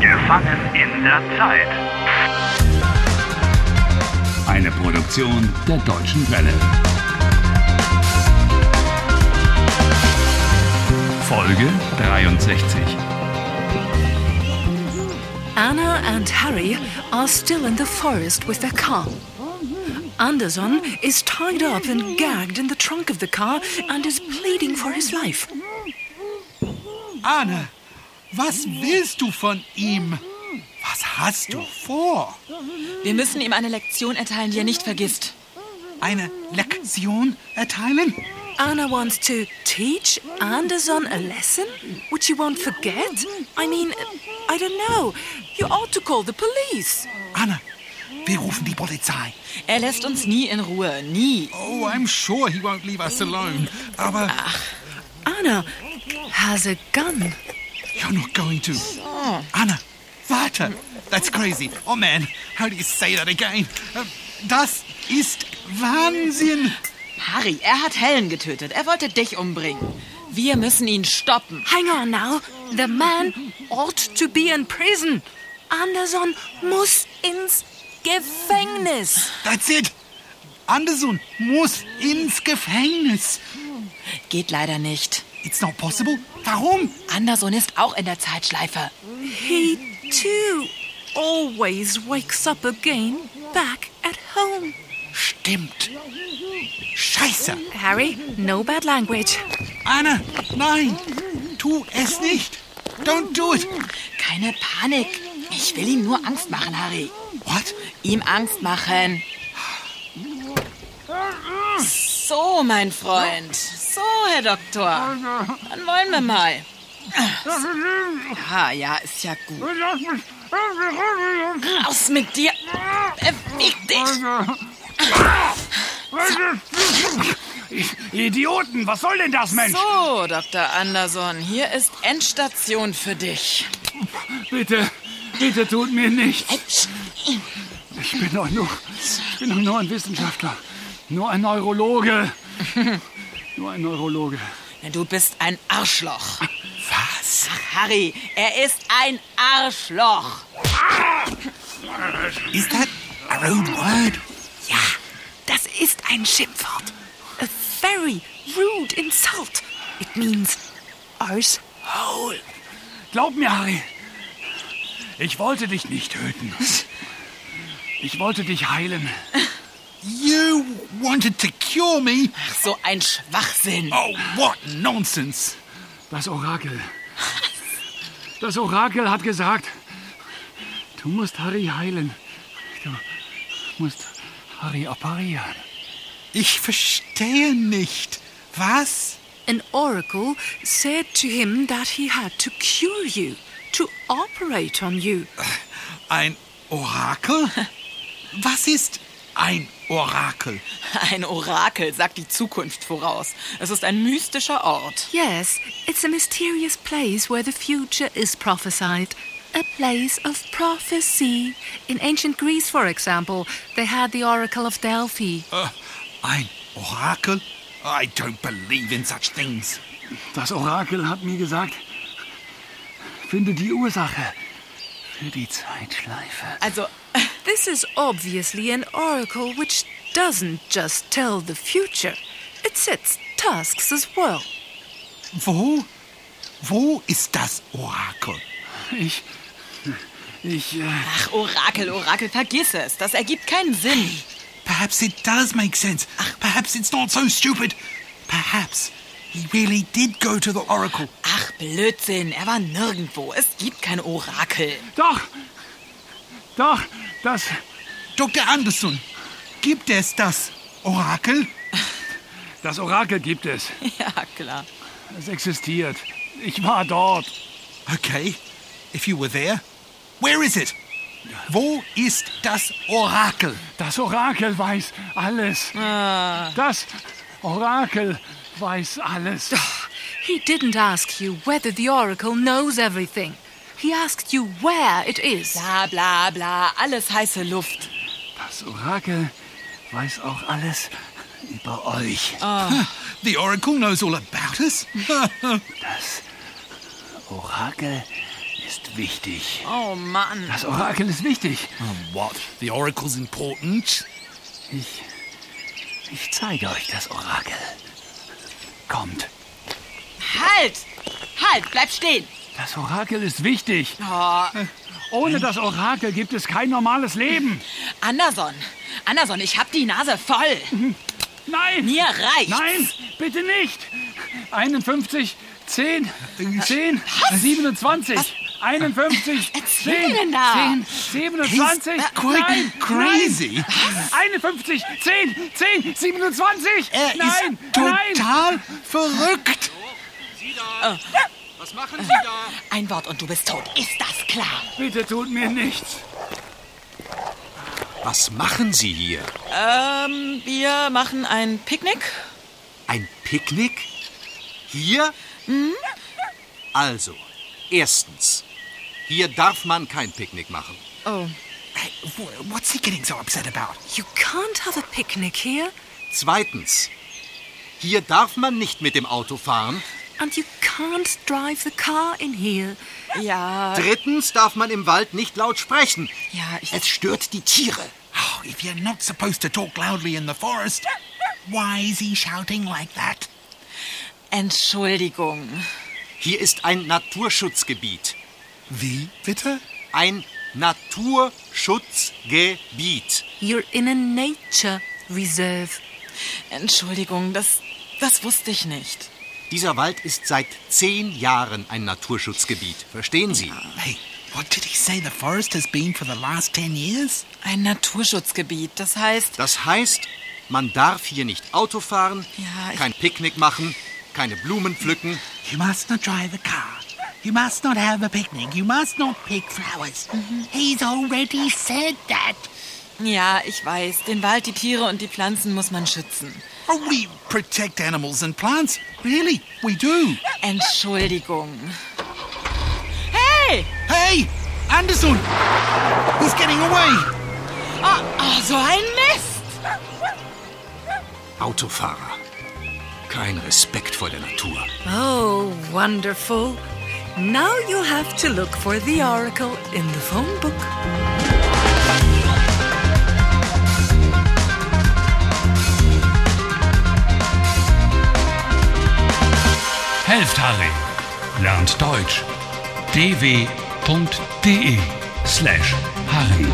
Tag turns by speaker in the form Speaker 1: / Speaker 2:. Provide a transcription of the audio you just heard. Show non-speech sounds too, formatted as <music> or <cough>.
Speaker 1: Gefangen in der Zeit.
Speaker 2: Eine Produktion der Deutschen Welle. Folge 63.
Speaker 3: Anna and Harry are still in the forest with their car. Anderson is tied up and gagged in the trunk of the car and is pleading for his life.
Speaker 4: Arne, was willst du von ihm? Was hast du vor?
Speaker 5: Wir müssen ihm eine Lektion erteilen, die er nicht vergisst.
Speaker 4: Eine Lektion erteilen?
Speaker 3: Anna wants to teach Anderson a lesson which he won't forget. I mean, I don't know. You ought to call the police.
Speaker 4: Anne, wir rufen die Polizei.
Speaker 5: Er lässt uns nie in Ruhe, nie.
Speaker 4: Oh, I'm sure he won't leave us alone. Aber
Speaker 3: Anna has a gun.
Speaker 4: you're not going to. Anne, warte. That's crazy. Oh man, how do you say that again? Äh, Das ist Wahnsinn.
Speaker 5: Harry, er hat Helen getötet. Er wollte dich umbringen. Wir müssen ihn stoppen.
Speaker 3: Hang on now. The man ought to be in prison. Anderson muss ins Gefängnis.
Speaker 4: That's it. Anderson muss ins Gefängnis.
Speaker 5: Geht leider nicht.
Speaker 4: It's not possible. Warum?
Speaker 5: Anderson ist auch in der Zeitschleife.
Speaker 3: He too always wakes up again back at home.
Speaker 4: Stimmt. Scheiße.
Speaker 3: Harry, no bad language.
Speaker 4: Anne, nein, tu es nicht. Don't do it.
Speaker 5: Keine Panik. Ich will ihm nur Angst machen, Harry.
Speaker 4: What?
Speaker 5: Ihm Angst machen. So, mein Freund. So, Herr Doktor. Dann wollen wir mal. Ja, ja, ist ja gut. Raus mit dir. Beweg dich.
Speaker 6: Idioten, was soll denn das, Mensch?
Speaker 5: So, Dr. Anderson, hier ist Endstation für dich.
Speaker 6: Bitte, bitte tut mir nichts. Ich bin doch nur, ich bin doch nur ein Wissenschaftler. Nur ein
Speaker 4: <laughs>
Speaker 6: Neurologe. Nur ein Neurologe.
Speaker 5: Du bist ein Arschloch.
Speaker 4: Was?
Speaker 5: Ach, Harry, er ist ein Arschloch.
Speaker 4: Is that our own word?
Speaker 3: Ja, das ist ein Schimpfwort. A very rude insult. It means arsehole.
Speaker 6: Glaub mir, Harry. Ich wollte dich nicht töten. Ich wollte dich heilen.
Speaker 4: You wanted to cure me?
Speaker 5: So ein Schwachsinn. <laughs>
Speaker 4: Oh, what nonsense.
Speaker 6: Das Orakel. Das Orakel hat gesagt, du musst Harry heilen. Du musst Harry apparieren.
Speaker 4: Ich verstehe nicht. Was?
Speaker 3: An oracle said to him that he had to cure you, to operate on you.
Speaker 4: Ein Orakel? Was ist ein Orakel?
Speaker 5: Ein Orakel sagt die Zukunft voraus. Es ist ein mystischer Ort.
Speaker 3: Yes, it's a mysterious place where the future is prophesied. A place of prophecy. In ancient Greece, for example, they had the Oracle of Delphi.
Speaker 4: Äh, <laughs> ein Orakel? I don't believe in such things.
Speaker 6: Das Orakel hat mir gesagt, finde die Ursache für die Zeitschleife.
Speaker 5: Also,
Speaker 3: This is obviously an oracle which doesn't just tell the future, it sets tasks as well.
Speaker 4: Wo? Wo ist das Orakel?
Speaker 6: Ich. Ich. Äh,
Speaker 5: ach, Orakel, Orakel, vergiss es. Das ergibt keinen Sinn.
Speaker 4: Perhaps it does make sense. Perhaps it's not so stupid. Perhaps he really did go to the Oracle.
Speaker 5: Ach, Blödsinn. Er war nirgendwo. Es gibt kein Orakel. <laughs>
Speaker 6: doch! Doch! Das.
Speaker 4: Dr. Anderson, gibt es das Orakel?
Speaker 6: Das Orakel gibt es.
Speaker 5: Ja, klar.
Speaker 6: Es existiert. Ich war dort.
Speaker 4: Okay, if you were there, where is it? Wo ist das Orakel?
Speaker 6: Das Orakel weiß alles. Das Orakel weiß alles.
Speaker 3: He didn't ask you whether the oracle knows everything, he asked you where it is.
Speaker 5: Bla, bla, bla. Alles heiße Luft.
Speaker 6: Das Orakel weiß auch alles über euch.
Speaker 4: The Oracle knows all about us.
Speaker 6: Das Orakel ist wichtig.
Speaker 5: Oh Mann.
Speaker 6: Das Orakel ist wichtig.
Speaker 4: What? The oracle's important?
Speaker 6: Ich. Ich zeige euch das Orakel. Kommt.
Speaker 5: Halt! Halt, bleib stehen!
Speaker 6: Das Orakel ist wichtig.
Speaker 5: Oh,
Speaker 6: Äh, Ohne das Orakel gibt es kein normales Leben.
Speaker 5: Anderson, Anderson, ich hab die Nase voll.
Speaker 6: Nein!
Speaker 5: Mir reicht's.
Speaker 6: Nein, bitte nicht! 51, 10, 10, 27, 51,
Speaker 5: erzähl
Speaker 6: 10,
Speaker 5: denn da?
Speaker 6: 10, 27,
Speaker 5: He's
Speaker 4: quite
Speaker 6: nein,
Speaker 4: crazy.
Speaker 6: Nein, 51, 10, 10, 27,
Speaker 5: Äh,
Speaker 4: Er
Speaker 6: nein,
Speaker 4: ist
Speaker 6: nein!
Speaker 4: total verrückt.
Speaker 5: Ein Wort und du bist tot. Ist das klar?
Speaker 6: Bitte tut mir nichts.
Speaker 1: Was machen Sie hier?
Speaker 5: Ähm, wir machen ein Picknick.
Speaker 1: Ein Picknick? Hier? Also, erstens, hier darf man kein Picknick machen.
Speaker 5: Oh.
Speaker 4: Hey, wh- what's he getting so upset about?
Speaker 3: You can't have a picnic here,
Speaker 1: Zweitens, hier darf man nicht mit dem Auto fahren.
Speaker 3: and you can't drive the car in here.
Speaker 5: Ja,
Speaker 1: Drittens darf man im Wald nicht laut sprechen.
Speaker 5: ja, ich.
Speaker 1: Es stört die Tiere.
Speaker 4: Oh, if you're not supposed to talk loudly in the forest, why is he shouting like that?
Speaker 5: Entschuldigung.
Speaker 1: Hier ist ein Naturschutzgebiet.
Speaker 4: Wie bitte?
Speaker 1: Ein Naturschutzgebiet.
Speaker 3: You're in a nature reserve.
Speaker 5: Entschuldigung, das, das wusste ich nicht.
Speaker 1: Dieser Wald ist seit zehn Jahren ein Naturschutzgebiet. Verstehen Sie?
Speaker 4: Hey, what did he say the forest has been for the last 10 years?
Speaker 5: Ein Naturschutzgebiet, das heißt,
Speaker 1: Das heißt, man darf hier nicht Auto fahren,
Speaker 5: Ja, ich-
Speaker 1: kein Picknick machen, keine Blumen pflücken.
Speaker 4: You must not drive a car. You must not have a picnic. You must not pick flowers. He's already said that.
Speaker 5: ja, ich weiß, den Wald, die Tiere und die Pflanzen muss man schützen.
Speaker 4: Oh, we protect animals and plants. Really, we do.
Speaker 5: Entschuldigung. Hey!
Speaker 4: Hey, Anderson! He's getting away.
Speaker 5: Ah, ah, so ein Mist!
Speaker 1: Autofahrer. Kein Respekt vor der Natur.
Speaker 3: Oh, wonderful. Now you have to look for the oracle in the phone book.
Speaker 2: Helft Harry. Lernt Deutsch. dw.de slash Harry.